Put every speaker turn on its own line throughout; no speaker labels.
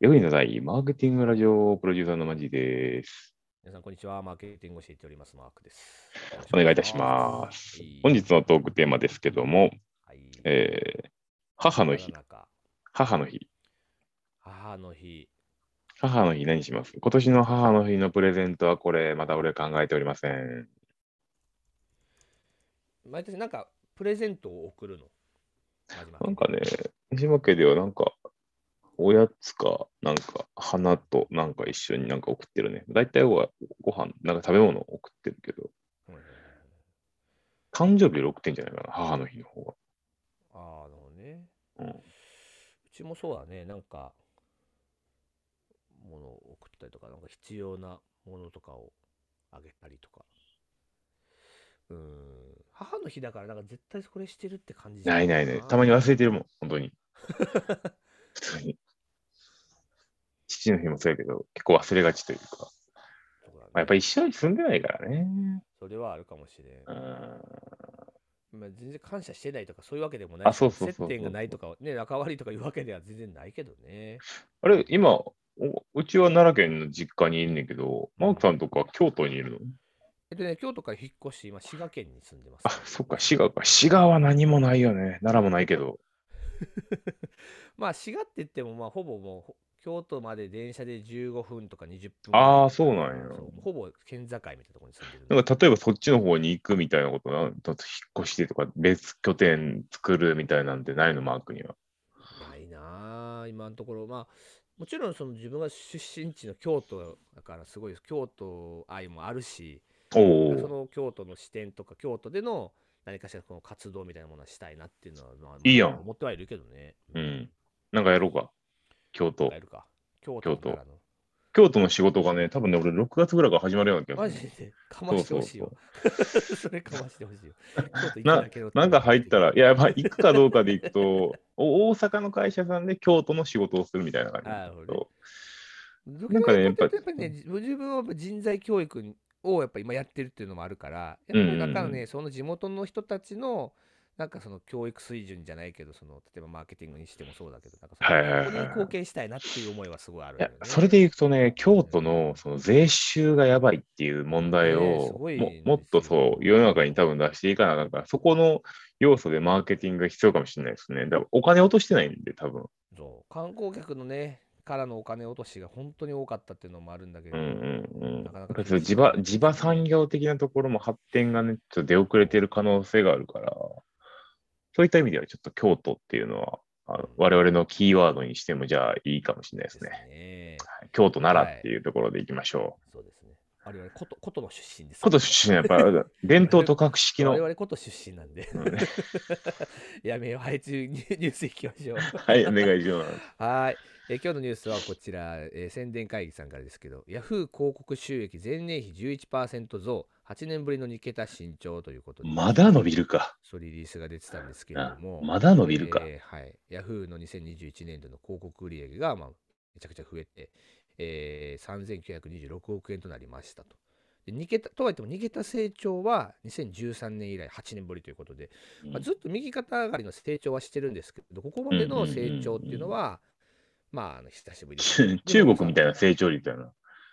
余儀のないマーケティングラジオプロデューサーのマジです。
皆さん、こんにちは。マーケティングを教えております、マークです。
お願いいたします
はい
本日のトークテーマですけども、
はい
えー母の日
世、中
母の日、
母の日。
母の日何します今年の母の日のプレゼントはこれ、また俺考えておりません。
毎年なんか、プレゼントを贈るの。マジマーケ
なんかね、藤本家ではなんか、おやつか、なんか、花となんか一緒になんか送ってるね。大体はご飯、なんか食べ物送ってるけど、
うんうんうん
誕生日より送ってんじゃないかな、母の日の方が。
あーなるほどね。
うん
うちもそうだね。なんか、ものを送ったりとか、なんか必要なものとかをあげたりとか。うーん。母の日だから、なんか絶対それしてるって感じじゃ
ないないない。たまに忘れてるもん、本当に。普通に。父の日もそうやけど、結構忘れがちというか。ま
そうだね
あ、やっぱり一緒に住んでないからね。
それはあるかもしれん
う。ん。
まあ、全然感謝してないとかそういうわけでもない
あそうそうそうそう
接点がないとか、ね、仲悪いとかいうわけでは全然ないけどね。
あれ、今、おうちは奈良県の実家にいるんだけど、マークさんとか京都にいるの
えっとね、京都から引っ越して、今、滋賀県に住んでます、
あ、そっか、滋賀か。滋賀は何もないよね。奈良もないけど。
まあ、滋賀って言っても、まあ、ほぼもうほ、京都まで電車で15分とか20分。
あーそうなんや
そうほぼ県境みたいなところに住んでる
なんか例えばそっちの方に行くみたいなことな、引っ越してとか、別拠点作るみたいなんてないの、マークには。
ないなあ今のところまあもちろんその自分が出身地の京都だからすごい京都愛もあるし
お
そ
お、
の京都の視点とか京都での何かしらこの活動みたいなものはしたいなっていうのは、まあ、
いいやん
まあ思ってはいるけどね。
うん。なんかやろうか。京都
や。るか。京
京
都
都
からの。
京都の仕事がね、多分ね、俺6月ぐらいから始まるような気が
マ
す
ジ
る。
でかましてほしいよ。 それかましてほしいよ。京都行くだけの
なんか入ったら、いや、まあ、行くかどうかで行くと、お大阪の会社さんで京都の仕事をするみたいな感じ
なる
なん
ほ
だけ
ど
ど。
ねなんん
か
か
ねや
ね、や
っ
っ
ぱ
ぱりね、自自分はやっぱ人材教育をやっぱ今やってるっていうのもあるから、やっぱりだから
うんうん
ね、その地元の人たちの、なんかその教育水準じゃないけど、その例えばマーケティングにしてもそうだけど、なんかそ
はいはいはい
こに貢献したいなっていう思いはすごいあるん
い
だ
や
よね、
それで行くとね、京都のその税収がやばいっていう問題
ねえす
を
ごい
も
ですよ
もっとそう世の中に多分出していかなあかんから、そこの要素でマーケティングが必要かもしれないですね。だからお金落としてないんで、多分。
そう観光客のね、からのお金落としが本当に多かったっていうのもあるんだけ
う
ど、
んうんうん。
なかな
だか
から
その地場地場産業的なところも発展がね、ちょっと出遅れてる可能性があるから、そういった意味ではちょっと京都っていうのは、あの我々のキーワードにしてもじゃあいいかもしれないですね。
ね。
はい京都奈良っていうところでいきましょう。
そうですね。我々、ことことの出身です。
今年やっぱ 伝統と格式
我
の。
々こと出身なんで、
うん
やめよう、はい、次ニュニュースいきましょう。
はい、お願いします。
はい、えー今日のニュースはこちら、えー宣伝会議さんからですけど、ヤフー広告収益前年比11%増、8年ぶりの2桁伸長ということで、
まだ伸びるか。
そうリリースが出てたんですけれ
あ
ども、
まだ伸びるか。
えーはい、ヤフーの2021年度の広告売上が、まあ、めちゃくちゃ増えて、えー、3926億円となりましたと。で2桁とはいっても2桁成長は2013年以来8年ぶりということで、まあ、ずっと右肩上がりの成長はしてるんですけど、ここまでの成長っていうのは、まあ、あの久しぶりです
中中国みたいな成長率だな。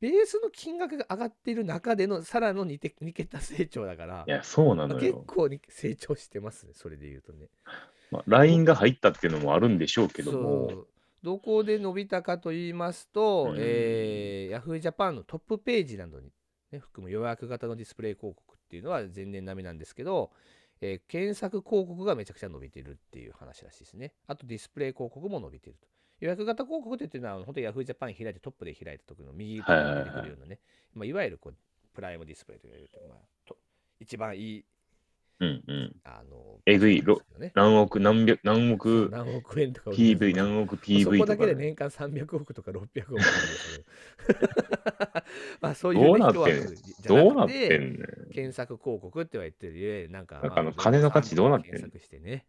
ベースの金額が上がっている中でのさらの 2, て2桁成長だから
い、や、そうな
まあ
の
結
よ。
構に成長してますね、それで言うとね。
まあ、LINE が入ったっていうのもあるんでしょうけども
そ。うどこで伸びたかと言いますと、
うん
えー、Yahoo! Japan のトップページなどに、ね、含む予約型のディスプレイ広告っていうのは前年並みなんですけど、えー検索広告がめちゃくちゃ伸びてるっていう話らしいですね。あとディスプレイ広告も伸びてると。予約型広告っていうのは、本当に Yahoo! Japan 開いてトップで開いた時の右側に出てくるようなね、まあ、いわゆるこうプライムディスプレイと言われる、まあ、と一番いい、
うんうん。
あの、
えぐいろ
ね、
何億、何百、何億
何億円とか
PV、何億
そ
PV
ことだ
か
け
ね、
で年間300億とか600億とかね まあそういうね
どうなってん
一枠じゃ
どうな
な
っ
く
てんねん。
検索広告っては言ってるゆえなんか
なんかあの
ま
金の価値どうなってんの
検索してね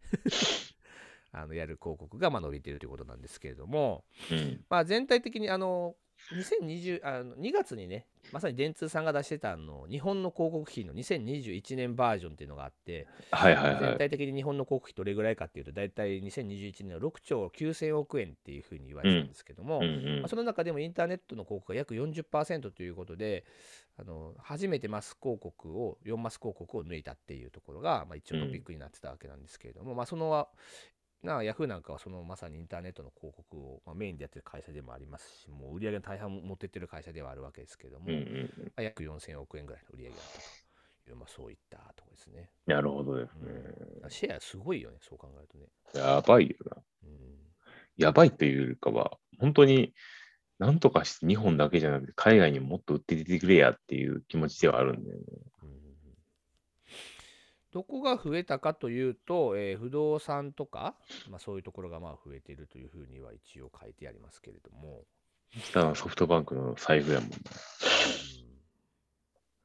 あのやる広告がまあ伸びてるということなんですけれども
うん
まあ全体的にあの2020あの2月にねまさに電通さんが出してたあの日本の広告費の2021年バージョンっていうのがあって
はいはいは
全
い。
体的に日本の広告費どれぐらいかっていうと大体2021年の6兆9000億円っていうふうに言われてたんですけども、
うん
まあ、
う
その中でもインターネットの広告が約40%ということであの初めてマス広告を4マス広告を抜いたっていうところが、まあ、一応
うん
トピックになってたわけなんですけれども、まあ、そのなヤフーなんかはそのまさにインターネットの広告を、まあ、メインでやってる会社でもありますしもう売り上げの大半を持ってってる会社ではあるわけですけれども、
んうんう
ま
ん。
あ、約4000億円ぐらいの売り上げだったという、まあ、そういったところですね、
なるほどです
うんシェアすごいよねそう考えるとね、
ね。やばいよな。
うん
やばいというよりかは、本当に、なんとかして日本だけじゃなくて、海外にもっと売って出てくれやっていう気持ちではあるんだよね。
うんどこが増えたかというと、えー不動産とか、まあ、そういうところがまあ増えているというふうには一応書いてありますけれども、
ただソフトバンクの財布やもんな。
う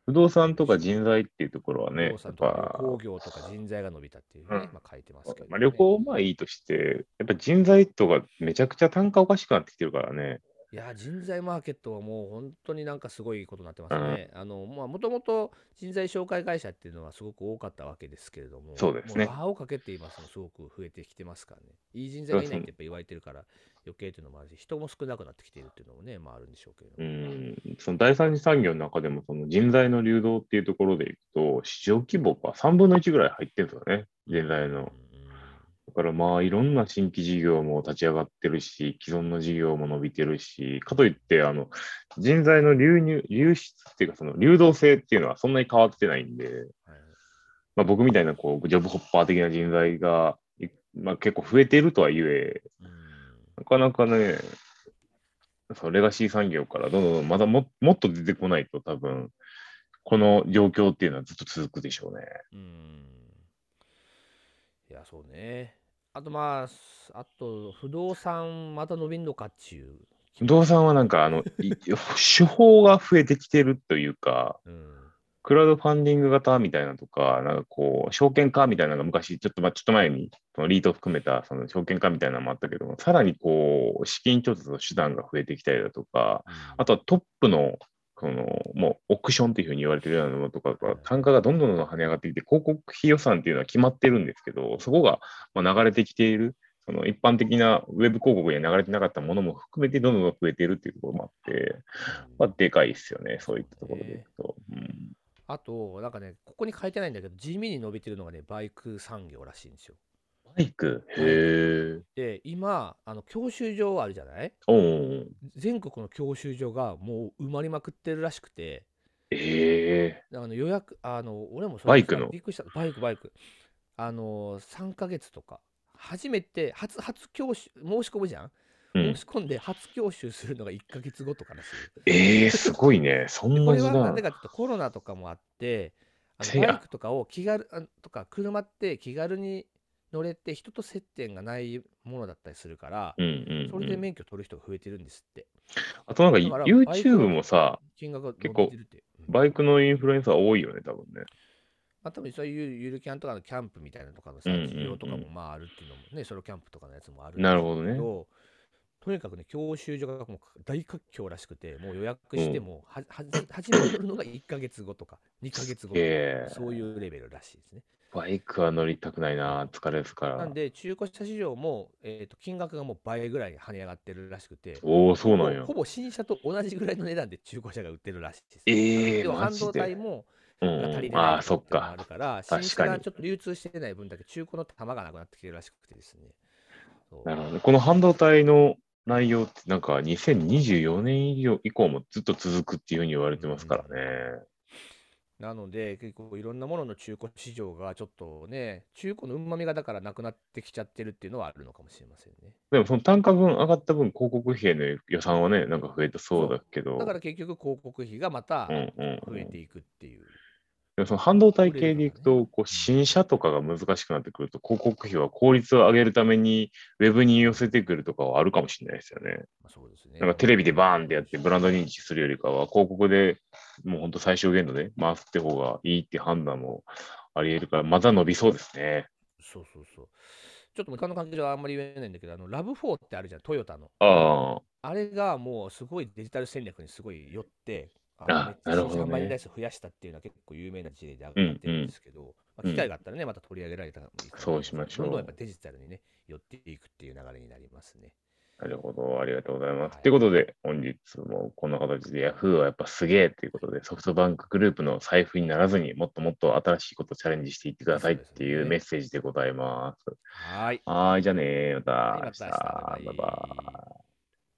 不動産とか人材っていうところは
ん
ね、や
不動産
っ
とか
ぱ
旅行業とか人材が伸びたっていうね、
うん
まあ、書いてますけど、ね
まあ、旅行まあいいとして、やっぱ人材とかめちゃくちゃ単価おかしくなってきてるからね。
いやー人材マーケットはもう本当になんかすごいことになってますね。あのまあもともと人材紹介会社っていうのはすごく多かったわけですけれども、
そうですね
も輪をかけて今そのすごく増えてきてますからね。いい人材がいないってやっぱ言われてるから余計というのもあるし、人も少なくなってきているっていうのもね、まああるんでしょうけれど
う
も。
ん、その第三次産業の中でもその人材の流動っていうところでいくと、市場規模が3分の1ぐらい入ってるんですよね、人材の。だからまあいろんな新規事業も立ち上がってるし、既存の事業も伸びてるし、かといってあの人材の流入、流出っていうかその流動性っていうのはそんなに変わってないんで、
はい
まあ、僕みたいなこうジョブホッパー的な人材が、いまあ、結構増えているとはいえ、
うん
なかなかね、そのレガシー産業からどんどんまだももっと出てこないと多分、この状況っていうのはずっと続くでしょうね。
うんいや、そうね。あとまあす、あと不動産また伸びんのかっちゅ
不動産はなんかあの、い 手法が増えてきてるというか、
う。うん
クラウドファンディング型みたいなとか、なんかこう、証券化みたいなのが昔、ちょっと,、まあ、ちょっと前に、そのリートを含めたその証券化みたいなのもあったけども、さらにこう、資金調達の手段が増えてきたりだとか、あとはトップの、この、もう、オプションっていうふうに言われてるようなものとかが、単価がどんどんどんどん跳ね上がってきて、広告費予算っていうのは決まってるんですけど、そこがまあ流れてきている、その一般的なウェブ広告には流れてなかったものも含めて、どんどん増えているっていうところもあって、まあ、でかいですよね、そういったところでいくと。うん
あと、なんかね、ここに書いてないんだけど、地味に伸びてるのがね、バイク産業らしいんですよ。
バイクへえ。
で、今、あの教習所あるじゃない
おお。
全国の教習所がもう埋まりまくってるらしくて、
ええ
あの予約、あの、俺もそ
バイクの
びっくりした。バイク、バイク。あの、3ヶ月とか。初めて、初、初教習、申し込むじゃん、
うん
申、し込んで初教習するのが1ヶ月後とかだしい。
ええすごいね。そんな
これ
時
はなんで
代。
かっていうとコロナとかもあってあ
せ
の
や
バイクとかを気軽あとか車って気軽に乗れて人と接点がないものだったりするから
うんうん、
そうれで
ん。
免許取る人が増えてるんですって
あとなんか
だから
YouTube もさ、
金額が伸
結構
びてるってうん
バイクのインフルエンサー多いよね、多分ね。
まあ多分そういうゆるキャンとかのキャンプみたいなのとかのさ
うんうんうん
需要とかもまああるっていうのもねソロキャンプとかのやつもあるん
なるほど
け
ね。
どとにかくね教習所がもう大活況らしくてもう予約してもははじ始めるのが1ヶ月後とか2ヶ月後とか
ええ
そういうレベルらしいですね
バイクは乗りたくないな、疲れるか
なん
ら。
で、中古車市場も、えー、と金額がもう倍ぐらいに跳ね上がってるらしくて、
おお、そうなん
もう
や
ほ。ぼ新車と同じぐらいの値段で中古車が売ってるらしいです。
ええ
でも
マ
半
ジ
導体
で。
も
う
が
ん
足りてないって
う
いうの
ん。
も
ああ、そっ
あ
か
る。から、
か
新
に
車がちょっと流通してない分だけ中古の玉がなくなってきてるらしくてですね。そう
なるほど。この半導体の内容って、なんか2024年以上以降もずっと続くっていうふうに言われてますからね。
なので、結構いろんなものの中古市場がちょっとね、中古のうまみがだからなくなってきちゃってるっていうのはあるのかもしれませんね。
でもその単価分上がった分、広告費への予算はね、なんか増えたそうだけど。
だから結局、広告費がまた
うんうんう
増
ん、
え
で
ていくっていう。
もその半導体系でいくと、こう新車とかが難しくなってくると、広告費は効率を上げるために、ウェブに寄せてくるとかはあるかもしれないですよね。
まあ、そうですね。
なんかテレビでバーンってやって、ブランド認知するよりかは、広告でもう本当最小限度で回すって方がいいって判断もあり得るから、まだ伸びそうですね。
そうそうそう。ちょっと他の関係上はあんまり言えないんだけど、あのラブ4ってあるじゃん、トヨタの。
ああ、
あれがもうすごいデジタル戦略にすごい寄って、
あなるほどね
販売台数増やしたっていうのは結構有名な事例で上がってるんですけど、まあ、機会があったらね、また取り上げられたらいいかなと思んですけど
そうしましょう
どんどんやっぱデジタルにね、寄っていくっていう流れになりますね。
なるほど、ありがとうございます。
はい
ということで、本日もこんな形で Yahoo はやっぱすげえということで、ソフトバンクグループの財布にならずにもっともっと新しいことをチャレンジしていってくださいっていう
そうですね
メッセージでございます。
はい。
はーい、じゃあねー、また
はいまた
明日
明日
バ
バ
イ
イ
バ
バ
イ
イ。